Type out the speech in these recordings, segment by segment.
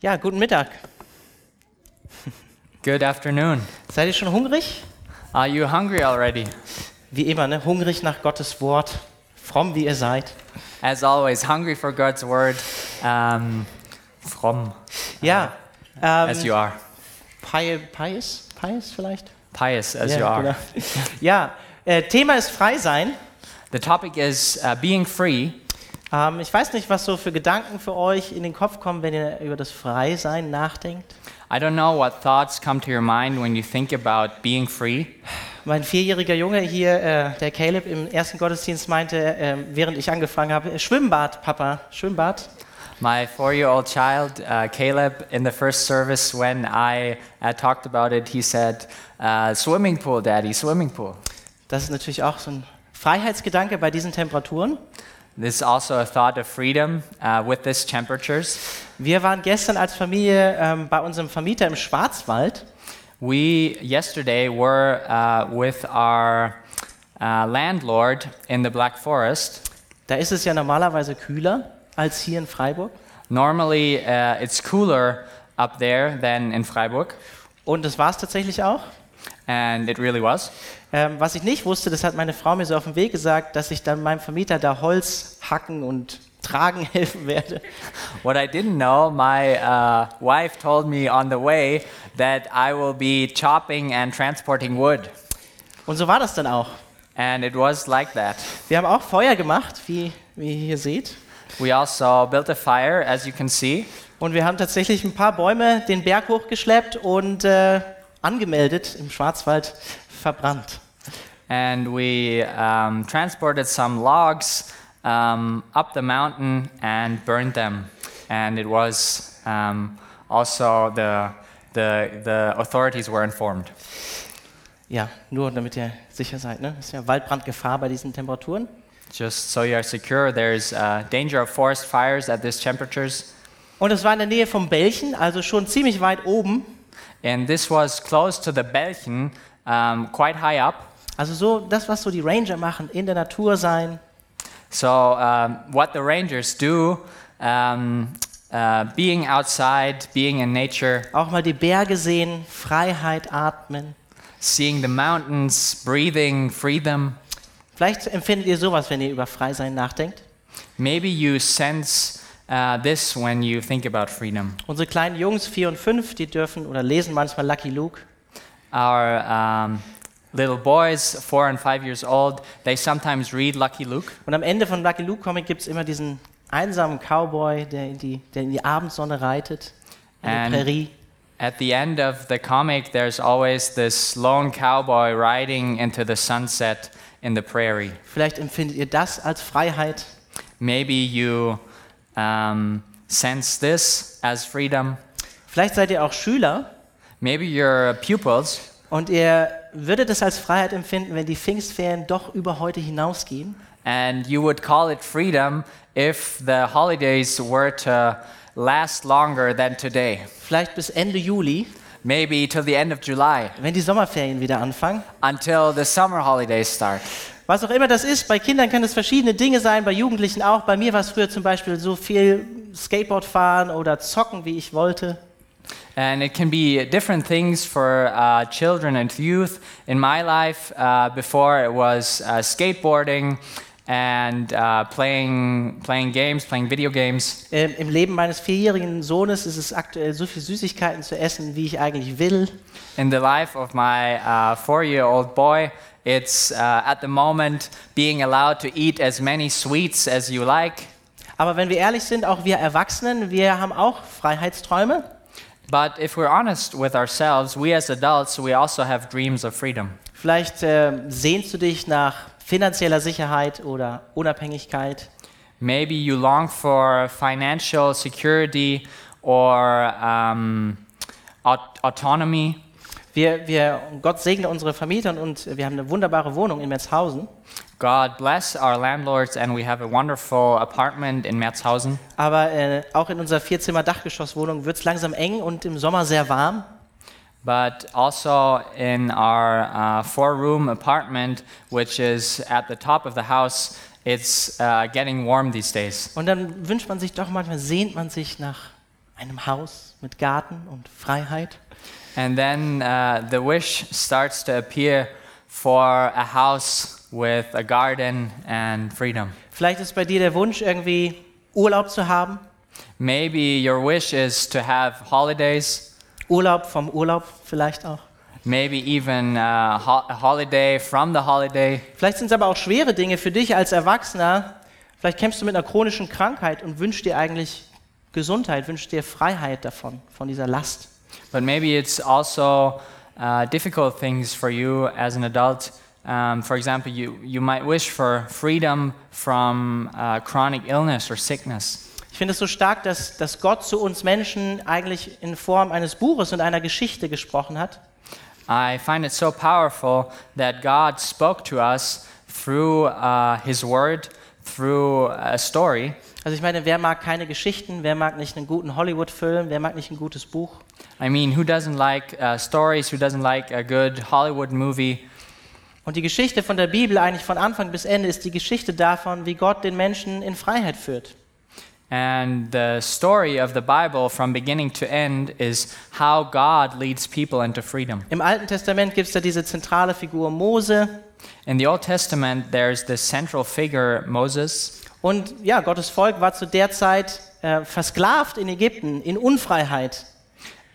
Ja, guten Mittag. Good afternoon. Seid ihr schon hungrig? Are you hungry already? Wie immer, ne? hungrig nach Gottes Wort, fromm wie ihr seid. As always, hungry for God's word, um, from Ja, as you are, Pi- Pius, Pius vielleicht? pious as you ja, are. genau. ja äh, Thema ist frei sein. The topic is uh, being free. Ähm, ich weiß nicht, was so für Gedanken für euch in den Kopf kommen, wenn ihr über das Freisein nachdenkt. I don't know what thoughts come to your mind when you think about being free. Mein vierjähriger Junge hier, äh, der Caleb, im ersten Gottesdienst meinte, ähm, während ich angefangen habe, äh, Schwimmbad, Papa, Schwimmbad. My four-year-old child, uh, Caleb, in the first service when I uh, talked about it, he said, uh, "Swimming pool, Daddy, swimming pool." Das ist natürlich auch so ein Freiheitsgedanke bei diesen Temperaturen. This is also a thought of freedom uh, with this temperatures. Wir waren gestern als Familie ähm, bei unserem Vermieter im Schwarzwald We yesterday were uh, with our uh, landlord in the Black Forest. Da ist es ja normalerweise kühler als hier in Freiburg. Normally, uh, it's cooler up there than in Freiburg, Und das war es tatsächlich auch. and it really was. Ähm, was ich nicht wusste, das hat meine Frau mir so auf dem Weg gesagt, dass ich dann meinem Vermieter da Holz hacken und tragen helfen werde. What I didn't know, my uh, wife told me on the way that I will be chopping and transporting wood, Und so war das dann auch. and it was like that. Wir haben auch Feuer gemacht, wie, wie ihr hier seht. We also built a fire, as you can see. Und wir haben tatsächlich ein paar Bäume den Berg hochgeschleppt und äh, angemeldet im Schwarzwald verbrannt. and we um, transported some logs um, up the mountain and burned them. And it was um, also the, the, the authorities were informed. Ja, nur damit ihr sicher seid. Ne? Ist ja Waldbrandgefahr bei diesen Temperaturen. Just so you are secure, there's uh, danger of forest fires at these temperatures. Und es war in der Nähe vom Belchen, also schon ziemlich weit oben. And this was close to the Belchen, um, quite high up. Also so das, was so die Ranger machen, in der Natur sein. So, um, what the rangers do, um, uh, being outside, being in nature, Auch mal die Berge sehen, Freiheit atmen. seeing the mountains, breathing freedom. Vielleicht empfindet ihr sowas, wenn ihr über Freisein nachdenkt. Maybe you sense uh, this when you think about freedom. Unsere kleinen Jungs, vier und fünf, die dürfen oder lesen manchmal Lucky Luke. Our um, little boys, four and five years old, they sometimes read Lucky Luke. Und am Ende von Lucky Luke Comic gibt es immer diesen einsamen Cowboy, der in die, der in die Abendsonne reitet, in Ähm. die Prärie. At the end of the comic, there's always this lone cowboy riding into the sunset in the prairie. Vielleicht empfindet ihr das als Freiheit. Maybe you um, sense this as freedom. Vielleicht seid ihr auch Schüler Maybe your pupils Und ihr würdet es als Freiheit empfinden, wenn die Pfingstferien doch über heute hinausgehen? And you would call it freedom if the holidays were to last longer than today. Vielleicht bis Ende Juli, Maybe till the end of July, wenn die Sommerferien wieder anfangen. until the summer holidays start. Was auch immer das ist, bei Kindern können es verschiedene Dinge sein, bei Jugendlichen auch. Bei mir war es früher zum Beispiel so viel Skateboard fahren oder zocken, wie ich wollte. And it can be different things for uh, children and youth. In my life, uh, before it was uh, skateboarding and uh, playing, playing games, playing video games. Ähm, Im Leben meines vierjährigen Sohnes ist es aktuell so viel Süßigkeiten zu essen, wie ich eigentlich will. In the life of my uh, four year old boy, it's uh, at the moment being allowed to eat as many sweets as you like. Aber wenn wir ehrlich sind, auch wir Erwachsenen, wir haben auch Freiheitsträume. But if we're honest with ourselves, we as adults, we also have dreams of freedom. Vielleicht äh, sehnst du dich nach finanzieller Sicherheit oder Unabhängigkeit. Maybe you long for financial security or um, aut- autonomy. Wir, wir, Gott segne unsere Vermieter und uns, wir haben eine wunderbare Wohnung in Metzhausen. God bless our landlords, and we have a wonderful apartment in Metzhausen. Aber äh, auch in unserer Vierzimmer-Dachgeschosswohnung wird es langsam eng und im Sommer sehr warm. But also in our uh, four room apartment, which is at the top of the house, it's uh, getting warm these days. Und dann wünscht man sich doch manchmal, sehnt man sich nach einem Haus mit Garten und Freiheit. And then uh, the wish starts to appear for a house with a garden and freedom. Vielleicht ist bei dir der Wunsch, irgendwie Urlaub zu haben. Maybe your wish is to have holidays, Urlaub vom Urlaub vielleicht auch. maybe even uh, ho- a holiday from the holiday. Vielleicht sind es aber auch schwere Dinge für dich als Erwachsener. Vielleicht kämpfst du mit einer chronischen Krankheit und wünschst dir eigentlich Gesundheit, wünschst dir Freiheit davon, von dieser Last. But maybe it's also uh, difficult things for you as an adult. Um, for example, you, you might wish for freedom from uh, chronic illness or sickness. Ich finde es so stark, dass, dass Gott zu uns Menschen eigentlich in Form eines Buches und einer Geschichte gesprochen hat. I find it so powerful that God spoke to us through uh, His Word, through a story. Also ich meine, wer mag keine Geschichten, wer mag nicht einen guten Hollywood-Film, wer mag nicht ein gutes Buch? I mean, who doesn't like uh, stories? Who doesn't like a good Hollywood movie? Und die Geschichte von der Bibel eigentlich von Anfang bis Ende ist die Geschichte davon, wie Gott den Menschen in Freiheit führt. And the story of the Bible from beginning to end is how God leads people into freedom. Im Alten Testament gibt es da diese zentrale Figur Mose In the Old Testament, there's this central figure, Moses, und ja, Gottes Volk war zu der Zeit äh, versklavt in Ägypten, in Unfreiheit.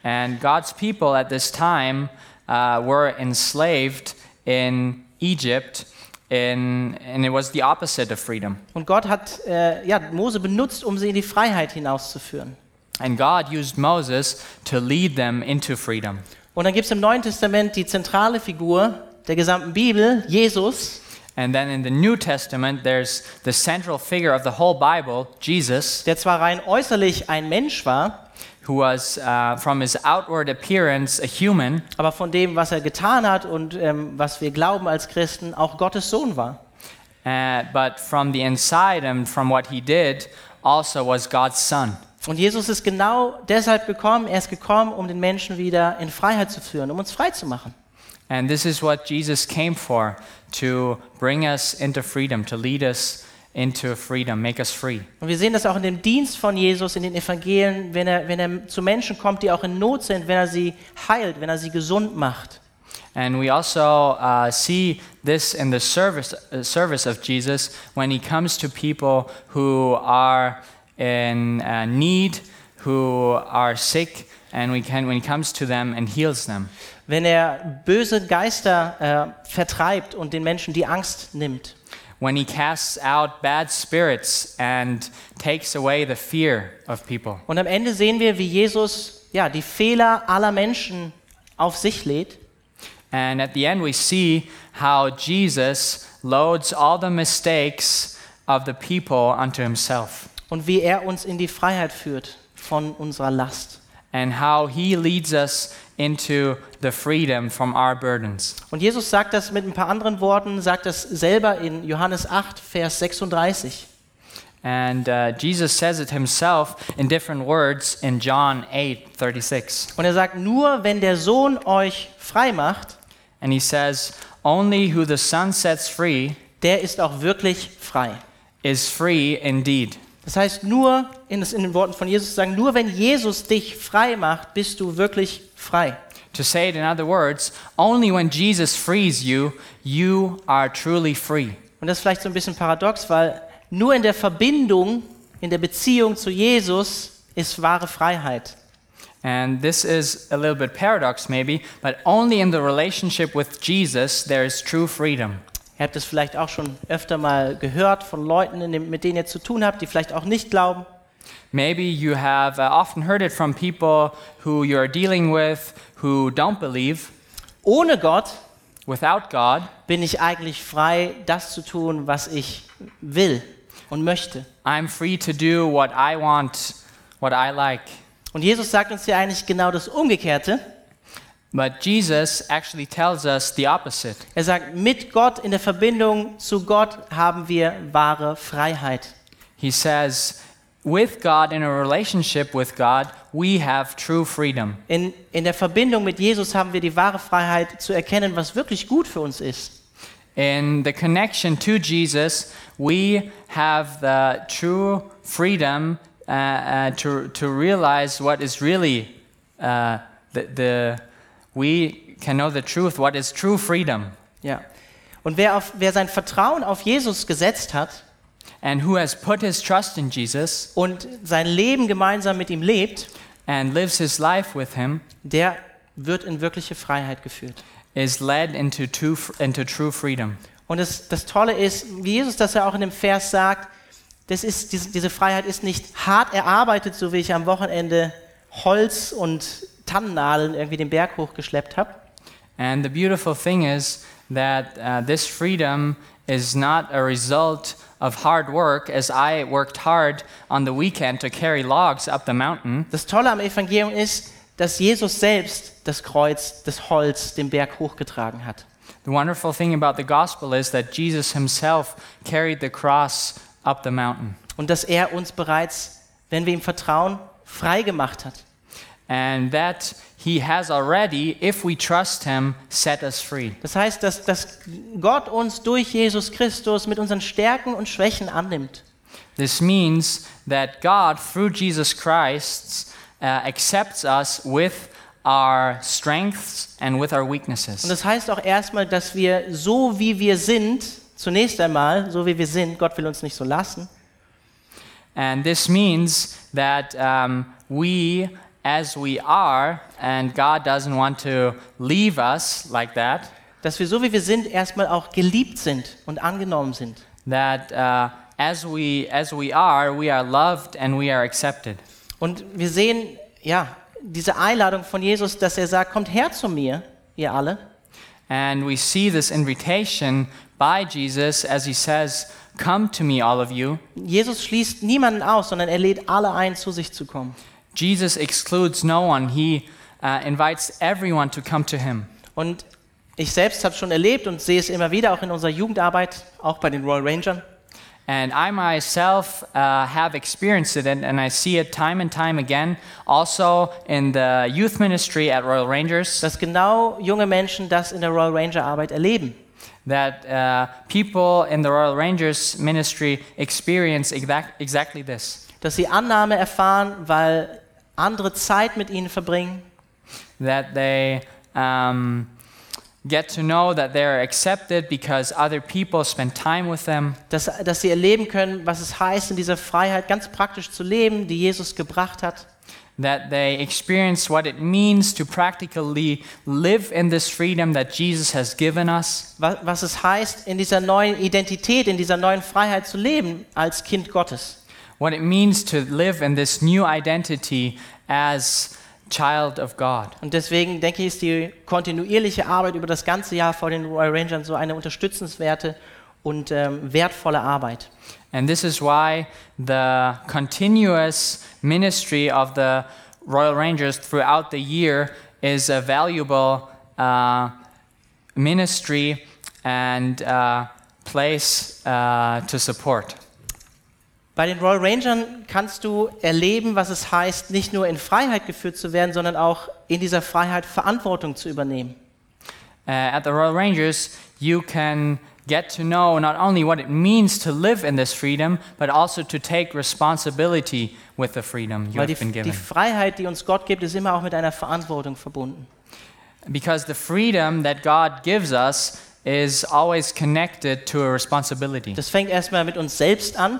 and God's people at this time uh, were enslaved in Egypt, in, and it was the opposite of freedom. Und Gott hat äh, ja, Mose benutzt, um sie in die Freiheit hinauszuführen. And God used Moses to lead them into freedom. Und dann gibt es im Neuen Testament die zentrale Figur der gesamten Bibel, Jesus. And then in the New Testament, there's the central figure of the whole Bible, Jesus, der zwar rein äußerlich ein Mensch war, who was, uh, from his outward appearance, a human, aber von dem, was er getan hat und ähm, was wir glauben als Christen, auch Gottes Sohn war. uh, but from the inside and from what he did, also was God's son. Und Jesus ist genau deshalb gekommen, er ist gekommen, um den Menschen wieder in Freiheit zu führen, um uns frei zu machen. And this is what Jesus came for to bring us into freedom, to lead us into freedom, make us free. Und wir sehen das auch in dem Dienst von Jesus, in den Evangelien, wenn er, wenn er zu Menschen kommt, die auch in Not sind, wenn er sie heilt, wenn er sie gesund macht. And we also uh, see this in the service, uh, service of Jesus when he comes to people who are in uh, need, who are sick, and we can, when he comes to them and heals them. Wenn er böse Geister äh, vertreibt und den Menschen die Angst nimmt. When he casts out bad spirits and takes away the fear of people. Und am Ende sehen wir, wie Jesus ja, die Fehler aller Menschen auf sich lädt And at the end, we see how Jesus loads all the mistakes of the people unto himself, und wie er uns in die Freiheit führt von unserer Last. and how he leads us into the freedom from our burdens. Und Jesus sagt das mit ein paar anderen Worten, sagt das selber in Johannes 8, Vers 36. And uh, Jesus says it himself in different words in John 8 36. Und er sagt, nur wenn der Sohn euch frei macht, And he says, Only who the Son sets free der ist auch wirklich frei. is free indeed. Das heißt, nur, in, das- in den Worten von Jesus sagen, nur wenn Jesus dich frei macht, bist du wirklich frei. To say it in other words, only when Jesus frees you, you are truly free. Und das ist vielleicht so ein bisschen paradox, weil nur in der Verbindung, in der Beziehung zu Jesus ist wahre Freiheit. And this is a little bit paradox, maybe, but only in the relationship with Jesus there is true freedom. Ihr habt es vielleicht auch schon öfter mal gehört von Leuten, in dem- mit denen ihr zu tun habt, die vielleicht auch nicht glauben. Maybe you have uh, often heard it from people who you're dealing with who don't believe. Ohne Gott Without God, bin ich eigentlich frei, das zu tun, was ich will und möchte. I'm free to do what I want, what I like. Und Jesus sagt uns hier eigentlich genau das Umgekehrte. But Jesus actually tells us the opposite. Er sagt, mit Gott in der Verbindung zu Gott haben wir wahre Freiheit. He says, with God, in a relationship with God, we have true freedom. In, in der Verbindung mit Jesus haben wir die wahre Freiheit zu erkennen, was wirklich gut für uns ist. In the connection to Jesus, we have the true freedom uh, uh, to, to realize what is really uh, the, the, we can know the truth, what is true freedom. Ja. Und wer, auf, wer sein Vertrauen auf Jesus gesetzt hat And who has put his trust in Jesus und sein Leben gemeinsam mit ihm lebt, and lives his life with him der wird in wirkliche Freiheit geführt. is led into, to, into true freedom. Und das, das Tolle ist, wie Jesus das ja auch in dem Vers sagt, das ist, diese, diese Freiheit ist nicht hart erarbeitet, so wie ich am Wochenende Holz und Tannennadeln irgendwie den Berg hochgeschleppt habe, And the beautiful thing is that uh, this freedom is not a result of hard work, as I worked hard on the weekend to carry logs up the mountain. Das Tolle am Evangelium ist, dass Jesus selbst das Kreuz, das Holz, den Berg hochgetragen hat. The wonderful thing about the gospel is that Jesus himself carried the cross up the mountain. Und dass er uns bereits, wenn wir ihm vertrauen, frei gemacht hat. And that he has already, if we trust him, set us free. Das heißt, dass, dass Gott uns durch Jesus Christus mit unseren Stärken und Schwächen annimmt. This means that God, through Jesus Christ, uh, accepts us with our strengths and with our weaknesses. Und das heißt auch erstmal, dass wir so wie wir sind, zunächst einmal, so wie wir sind, Gott will uns nicht so lassen, And this means that um, we, as we are, and God doesn't want to leave us like that, dass wir so wie wir sind erstmal auch geliebt sind und angenommen sind. that uh, as, we, as we are, we are loved and we are accepted. Und wir sehen, ja, diese Einladung von Jesus, dass er sagt, kommt her zu mir, ihr alle. And we see this invitation by Jesus as he says, Come to me, all of you. Jesus schließt niemanden aus, sondern er lädt alle ein, zu sich zu kommen. Jesus excludes no one, he uh, invites everyone to come to him. Und ich selbst habe schon erlebt und sehe es immer wieder, auch in unserer Jugendarbeit, auch bei den Royal Rangers, And I myself uh, have experienced it, and, and I see it time and time again, also in the youth ministry at Royal Rangers, dass genau junge Menschen das in der Royal Ranger Arbeit erleben. that uh, people in the Royal Rangers ministry experience exact, exactly this Dass sie Annahme erfahren, weil andere Zeit mit ihnen verbringen, that they um, get to know that they're accepted because other people spend time with them, dass, dass sie erleben können, was es heißt, in dieser Freiheit ganz praktisch zu leben, die Jesus gebracht hat. that they experience what it means to practically live in this freedom that Jesus has given us. was, was es heißt, in dieser neuen Identität, in dieser neuen Freiheit zu leben als Kind Gottes. what it means to live in this new identity as child of God. Und deswegen denke ich, ist die kontinuierliche Arbeit über das ganze Jahr vor den Royal Rangers so eine unterstützenswerte und ähm, wertvolle Arbeit. And this is why the continuous ministry of the Royal Rangers throughout the year is a valuable uh, ministry and uh, place uh, to support. Bei den Royal Rangers kannst du erleben, was es heißt, nicht nur in Freiheit geführt zu werden, sondern auch in dieser Freiheit Verantwortung zu übernehmen. Uh, at the Royal Rangers, you can get to know not only what it means to live in this freedom, but also to take responsibility with the freedom you Weil die, have been die given. Freiheit, die uns Gott gibt, ist immer auch mit einer Verantwortung verbunden. Because the freedom that God gives us is always connected to a responsibility. Das fängt erstmal mit uns selbst an,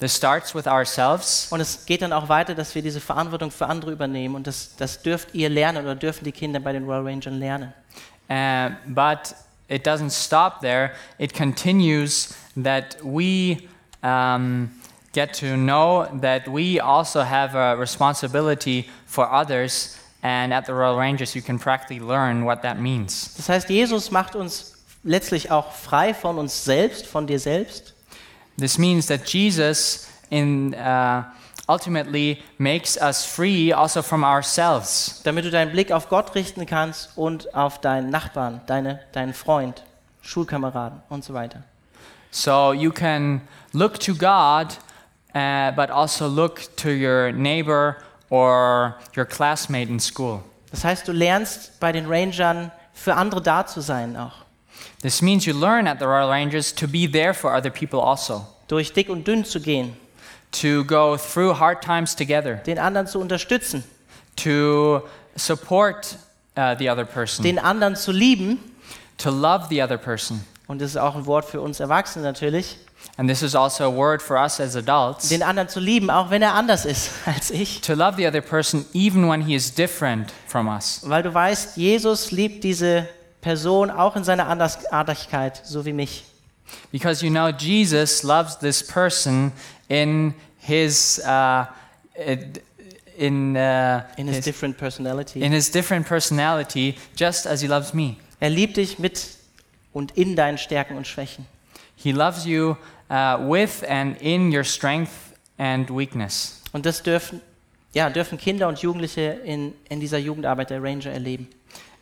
This starts with ourselves, Und es geht dann auch weiter, dass wir diese Verantwortung für andere übernehmen. Und das, das dürft ihr lernen oder dürfen die Kinder bei den Royal Rangers lernen. uh, but it doesn't stop there. It continues that we um, get to know that we also have a responsibility for others. And at the Royal Rangers, you can practically learn what that means. Das heißt, Jesus macht uns letztlich auch frei von uns selbst, von dir selbst. This means that Jesus, in uh, ultimately, makes us free also from ourselves. damit du deinen Blick auf Gott richten kannst und auf deinen Nachbarn, deine, deinen Freund, Schulkameraden und so weiter. So you can look to God, uh, but also look to your neighbor or your classmate in school. Das heißt, du lernst bei den Rangern für andere da zu sein auch. This means you learn at the Royal Rangers to be there for other people also, Durch dick und dünn zu gehen, to go through hard times together, den anderen zu unterstützen, to support uh, the other person, den anderen zu lieben. to love the other person. Und das ist auch ein Wort für uns Erwachsene natürlich. And this is also a word for us as adults Den anderen zu lieben, auch wenn er anders ist als ich. to love the other person even when he is different from us. Weil du weißt, Jesus liebt diese Person auch in seiner Andersartigkeit, so wie mich. Because you know, Jesus loves this person in his. Uh, it- in, uh, In his different personality. in his different personality, just as he loves me. Er liebt dich mit und in deinen Stärken und Schwächen. He loves you uh, with and in your strength and weakness. Und das dürfen, ja, dürfen Kinder und Jugendliche in, in dieser Jugendarbeit der Ranger erleben.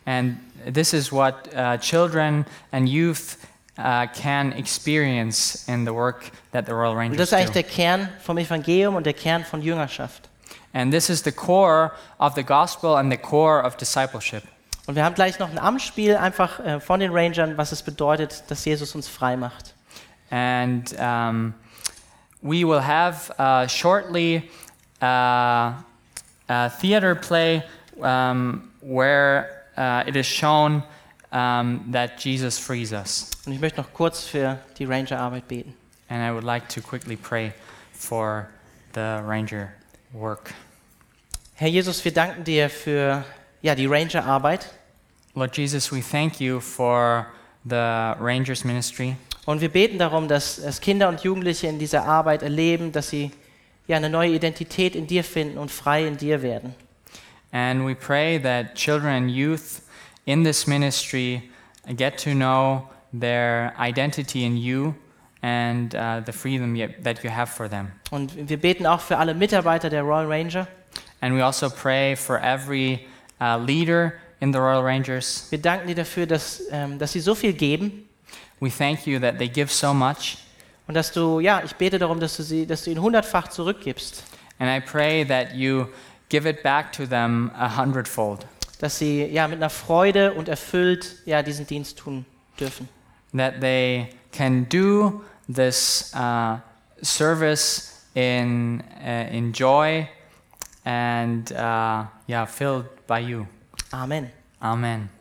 And this is what uh, children and youth uh, can experience in the work that the Royal Und Rangers das ist eigentlich do. der Kern vom Evangelium und der Kern von Jüngerschaft. And this is the core of the gospel and the core of discipleship. Und wir haben gleich noch ein Amtsspiel einfach äh, von den Rangern, was es bedeutet, dass Jesus uns frei macht. And um, we will have uh, shortly uh, a theater play um, where uh, it is shown um, that Jesus frees us. Und ich möchte noch kurz für die Rangerarbeit beten. And I would like to quickly pray for the ranger work. Herr Jesus, wir danken dir für ja, die Rangerarbeit Lord Jesus, we thank you for the rangers ministry. und wir beten darum, dass es Kinder und Jugendliche in dieser Arbeit erleben, dass sie ja eine neue Identität in dir finden und frei in dir werden. And we pray that children and youth in this ministry get to know their identity in you and uh, the freedom y- that you have for them. Und wir beten auch für alle Mitarbeiter der Royal Ranger. And we also pray for every uh, leader in the Royal Rangers. Wir danken dir dafür, dass, ähm, dass sie so viel geben We thank you that they give so much. und dass du, ja, ich bete darum, dass du sie, dass du ihnen hundertfach zurückgibst, And I pray that you give it back to them a hundredfold, dass sie ja mit einer Freude und erfüllt ja diesen Dienst tun dürfen. that they can do this uh, service in, uh, in joy and, uh, yeah, filled by you. Amen. Amen.